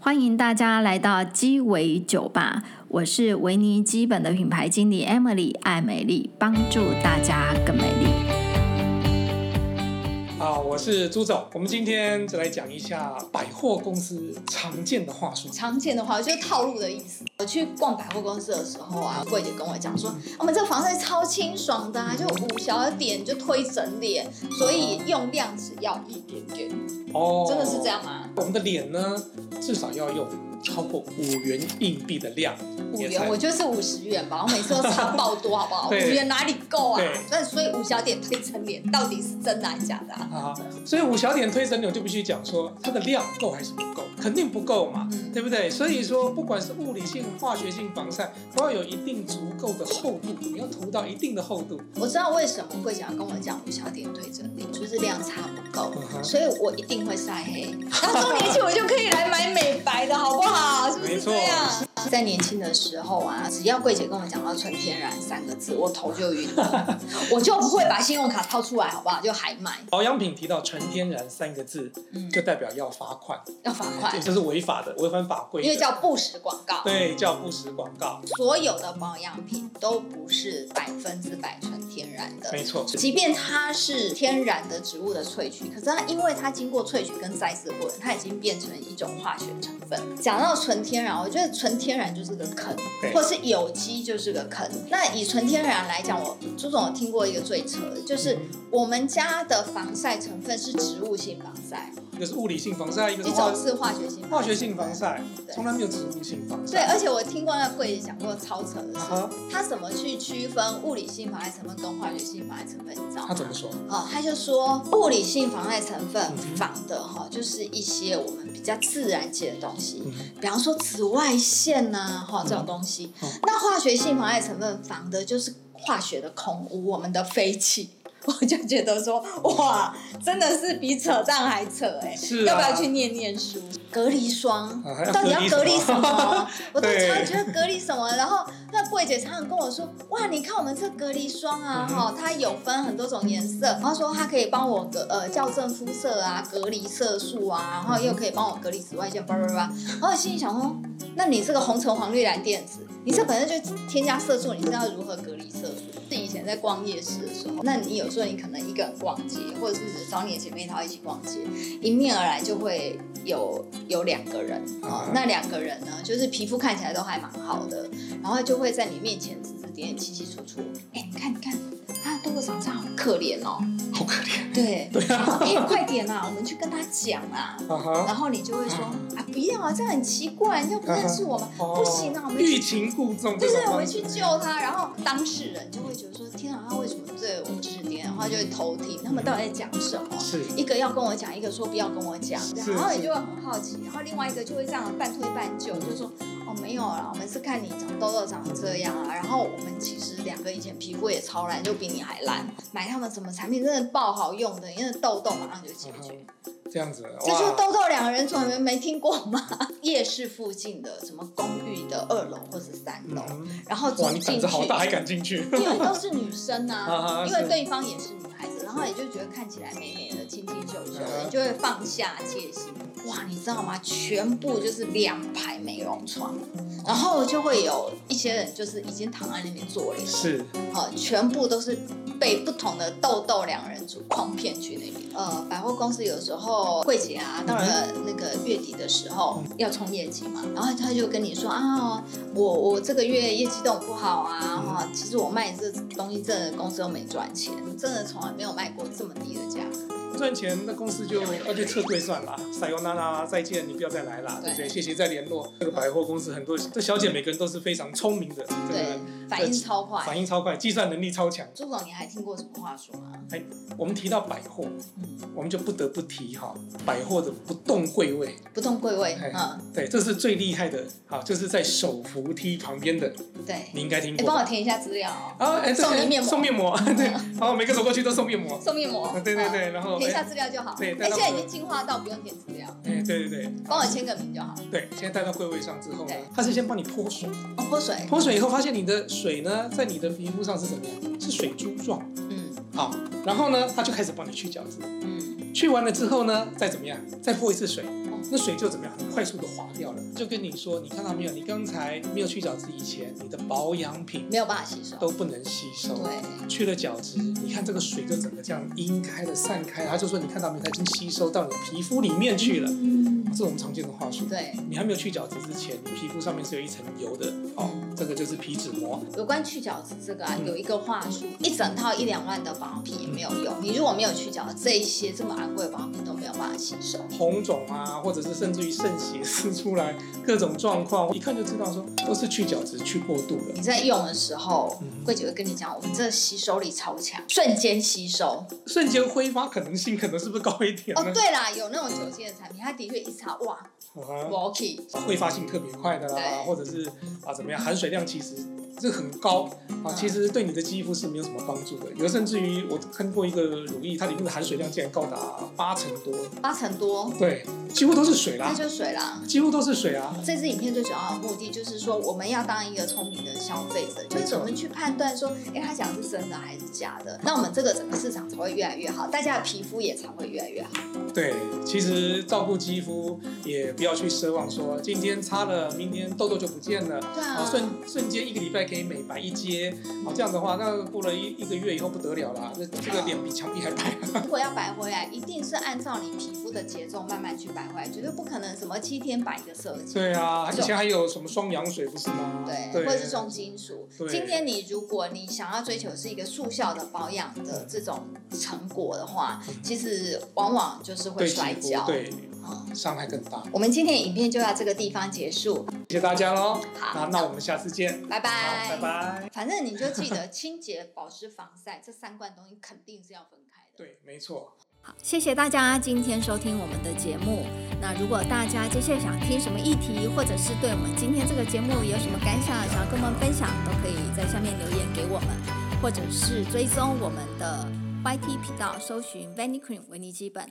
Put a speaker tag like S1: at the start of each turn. S1: 欢迎大家来到鸡尾酒吧，我是维尼基本的品牌经理 Emily 艾美丽，帮助大家更美丽。
S2: 好，啊我是朱总。我们今天就来讲一下百货公司常见的话术。
S3: 常见的话就是套路的意思。我去逛百货公司的时候啊，柜姐跟我讲说，啊我们这个防晒超清爽的、啊，就五小点就推整脸，所以用量只要一点点。
S2: 哦，
S3: 真的是这。样吗？
S2: 我们的脸呢，至少要用超过五元硬币的量，
S3: 五
S2: 也才
S3: 元，我觉得是五十元吧，我每次都差爆多，好不好？五
S2: 对
S3: 元哪里够啊
S2: 对？
S3: 那所以五小点推成脸到底是真的还是假的、啊？
S2: 啊。所以五小点推整钮就必须讲说它的量够还是不够，肯定不够嘛，
S3: 嗯
S2: 对不对？所以说，不管是物理性、化学性防晒，都要有一定足够的厚度，你要涂到一定的厚度。
S3: 我知道为什么柜姐要跟我讲五小点推整脸，就是量差不够。
S2: 嗯哼
S3: 所以我一定会晒黑。到时候年轻我就可以来买美白的好不好？是不
S2: 没
S3: 是
S2: 错
S3: 这样？在年轻的时候啊，只要柜姐跟我讲到“纯天然”三个字，我头就晕 了，我就不会把信用卡掏出来，好不好？就还买，
S2: 保养品提到纯天然三个字，
S3: 嗯，
S2: 就代表要罚款，
S3: 要罚款，
S2: 这是违法的，违反法规的。
S3: 因为叫不实广告。
S2: 对叫不实广告，
S3: 所有的保养品都不是百分之百纯天然的，
S2: 没错。
S3: 即便它是天然的植物的萃取，可是它因为它经过萃取跟再次过程，它已经变成一种化学成分。讲到纯天然，我觉得纯天然就是个坑
S2: 对，
S3: 或是有机就是个坑。那以纯天然来讲，我朱总有听过一个最扯的，就是我们家的防晒成分是植物性防晒，
S2: 一个是物理性防晒，一个是
S3: 一
S2: 化
S3: 种是化学性
S2: 化学性防。晒，
S3: 对
S2: 从来没有植物性防
S3: 对，
S2: 晒。
S3: 而且我听过那个柜姐讲过超扯的
S2: 啊
S3: 事，
S2: 哈，
S3: 她怎么去区分物理性防晒成分跟化学性防晒成分，你知道吗
S2: 他？怎么说？
S3: 哦，他就说物理性防晒成分
S2: 嗯哼
S3: 防的哈、就是一些我们比较自然界的东西，
S2: 嗯，
S3: 比方说紫外线呐、哈、这种东西。
S2: 嗯
S3: 那化学性防晒成分防的就是化学的空污，我们的废气。 我就觉得说，哇，真的是比扯淡还扯哎、
S2: 是啊
S3: 要不要去念念书？隔离霜
S2: 啊还要
S3: 到底要
S2: 隔
S3: 隔
S2: 离
S3: 离
S2: 什
S3: 什
S2: 么
S3: 么？我都
S2: 对
S3: 超觉得隔离什么。然后那柜姐常常跟我说，哇，你看我们这隔离霜啊，
S2: 嗯
S3: 哈、它有分很多种颜色，然后说它可以帮我隔呃校正肤色啊，隔离色素啊，然后又可以帮我隔离紫外线，叭叭叭。然后我心里想说，那你这个红橙黄绿蓝靛紫，你这本身就添加色素，你知道如何隔离色素？是以前在逛夜市的时候，那你有时候你可能一个人逛街，或者是找你的姐妹淘一起逛街，迎面而来就会有有两个人哦
S2: 嗯，
S3: 那两个人呢，就是皮肤看起来都还蛮好的，然后就会在你面前指指点点、稀稀疏疏。哎、你看，你看，啊，豆豆长这样好可怜哦。
S2: 好可怜。
S3: 对，
S2: 对啊，
S3: 哎、快点啊，我们去跟他讲啊。
S2: 啊哈，
S3: 然后你就会说啊，不要啊，这样很奇怪，人家不认识我们，
S2: 哦
S3: 不行啊，我们
S2: 欲
S3: 去，
S2: 擒故纵这
S3: 对
S2: 种
S3: 对，我
S2: 方
S3: 们
S2: 式，
S3: 去救他。然后当事人就会觉得说，天啊，他为什么对我指指点点？然后就会偷听他们到底在讲什么。
S2: 是
S3: 一个要跟我讲，一个说不要跟我讲，
S2: 是
S3: 然后
S2: 是
S3: 你就会很好奇，然后另外一个就会这样半推半就，就说哦没有啦，我们是看你长痘痘长成这样啊，然后我们其实两个以前皮肤也超烂，就比你还烂，买他们什么产品真的爆好用的，因为痘痘马上就解
S2: 啊
S3: 决。
S2: 哈这样子，
S3: 这就是
S2: 哇，
S3: 痘痘两个人从来没听过吗？ 夜市附近的什么公寓的二楼或是三楼，
S2: 嗯，
S3: 然后走
S2: 哇，你胆
S3: 进
S2: 子
S3: 去，
S2: 好大， 还敢进去？
S3: 因为都是女生
S2: 啊啊
S3: 啊，因为
S2: 是
S3: 对方也是女孩子，然后你就觉得看起来美美的、清清秀秀
S2: 啊
S3: 的，你就会放下戒心。哇，你知道吗？全部就是两排美容床，然后就会有一些人就是已经躺在那边坐脸，
S2: 是，
S3: 好，呃全部都是被不同的痘痘两人组诓骗去那边。呃，百货公司有时候柜姐啊，到
S2: 嗯
S3: 了那个月底的时候要冲业绩嘛，然后他就跟你说啊，我我这个月业绩都很不好啊，
S2: 嗯
S3: 哈、其实我卖这东西，真的公司都没赚钱，真的从来没有卖过这么低的价格。
S2: 赚钱那公司就要被撤退算啦，撒由那拉，再见，你不要再来啦，对不对？
S3: 对
S2: 谢谢再联络。这个百货公司很多这小姐每个人都是非常聪明的，真
S3: 对
S2: 的，
S3: 反应超快。
S2: 反应超快，计算能力超强。
S3: 朱总，你还听过什么话术吗？
S2: 我们提到百货，
S3: 嗯，
S2: 我们就不得不提哈，百货的不动柜位，
S3: 不动贵位，
S2: 哎
S3: 嗯，
S2: 对，这是最厉害的啊，就是在手扶梯旁边的，
S3: 对。
S2: 你应该听
S3: 你
S2: 过
S3: 帮我
S2: 吧。
S3: 填一下资料哦，
S2: 啊，哎，对
S3: 哎送你面膜
S2: 送面膜， 对，然后每个走过去都送面膜，
S3: 送面膜
S2: 啊，。对对
S3: 嗯
S2: 对，然后
S3: 填
S2: 哎，
S3: 一下资料就好。
S2: 对
S3: 哎，
S2: 那
S3: 现在已经进化到不用填资料，
S2: 哎对对对
S3: 帮我签个名就好。
S2: 对，现在带到柜位上之后呢
S3: 对，
S2: 它是先帮你泼水，
S3: 哦，泼水，
S2: 泼水以后发现你的水呢，在你的皮肤上是怎么样？是水珠状，
S3: 嗯
S2: 好，然后呢，它就开始帮你去角质，
S3: 嗯，
S2: 去完了之后呢，再怎么样，再泼一次水，
S3: 哦
S2: 那水就怎么样，很快速的滑掉了。就跟你说，你看到没有？你刚才没有去角质以前，你的保养品
S3: 没有办法吸收。
S2: 都不能吸收。
S3: 对，
S2: 去了角质，你看这个水就整个这样阴开的散开，它就说你看到没有？它已经吸收到你皮肤里面去了。
S3: 嗯，
S2: 这种常见的话术，
S3: 对。
S2: 你还没有去角质之前，你皮肤上面是有一层油的哦，这个就是皮脂膜。
S3: 有关去角质这个啊，
S2: 嗯
S3: 有一个话术，一整套一两万的保养品也没有用。你如果没有去角质，这一些这么昂贵的保养品都没有办法吸收。
S2: 红肿啊，或者是甚至于渗血丝出来，各种状况，一看就知道说都是去角质去过度了
S3: 你。在用的时候
S2: 嗯，
S3: 柜姐会跟你讲，我们这吸收力超强，瞬间吸收。
S2: 瞬间挥发可能性可能是不是高一点
S3: 哦，
S2: 呢？
S3: 对啦，有那种酒精的产品，它的确一擦，哇
S2: 啊哈
S3: w a l k y
S2: 挥发性特别快的啦，
S3: 哦对
S2: 或者是啊怎么样，含水量其实这很高啊，
S3: 嗯
S2: 其实对你的肌肤是没有什么帮助的。有甚至于我看过一个乳液，它里面的含水量竟然高达八成多，
S3: 八成多，
S2: 对，几乎都是水
S3: 那
S2: 啦，
S3: 就水啦。
S2: 几乎都是水啊。
S3: 这支影片最主要的目的就是说，我们要当一个聪明的消费者，就是我们去判断说，哎，他讲的是真的还是假的，那我们这个整个市场才会越来越好，大家的皮肤也才会越来越好。
S2: 对，其实照顾肌肤也不要去奢望说今天擦了，明天痘痘就不见了。
S3: 对
S2: 啊，瞬瞬间一个礼拜可以美白一阶，好这样的话，那过了一一个月以后不得了啦，这这个脸比墙壁还啊白。
S3: 如果要白回来，一定是按照你皮肤的节奏慢慢去白回来，绝对不可能什么七天白一个色阶。
S2: 对啊，以
S3: 是
S2: 前还有什么双氧水不是吗？
S3: 对，
S2: 对
S3: 或者是重金属。
S2: 对
S3: 今天你如果你想要追求是一个速效的保养的这种成果的话，其实往往就是会
S2: 对肌
S3: 摔
S2: 肤
S3: 跤。
S2: 对
S3: 嗯
S2: 伤害更大。
S3: 我们今天的影片就到这个地方结束，
S2: 谢谢大家喽，那
S3: 好，
S2: 那我们下次见，
S3: 拜
S2: 好，
S3: 拜
S2: 拜。拜。
S3: 反正你就记得清洁、保湿、防晒这三罐东西肯定是要分开的。
S2: 对，没错。
S1: 好，谢谢大家今天收听我们的节目。那如果大家接下来想听什么议题，或者是对我们今天这个节目有什么感想，想要跟我们分享，都可以在下面留言给我们，或者是追踪我们的 YT 频道，搜寻 Vanny Cream 维尼基本，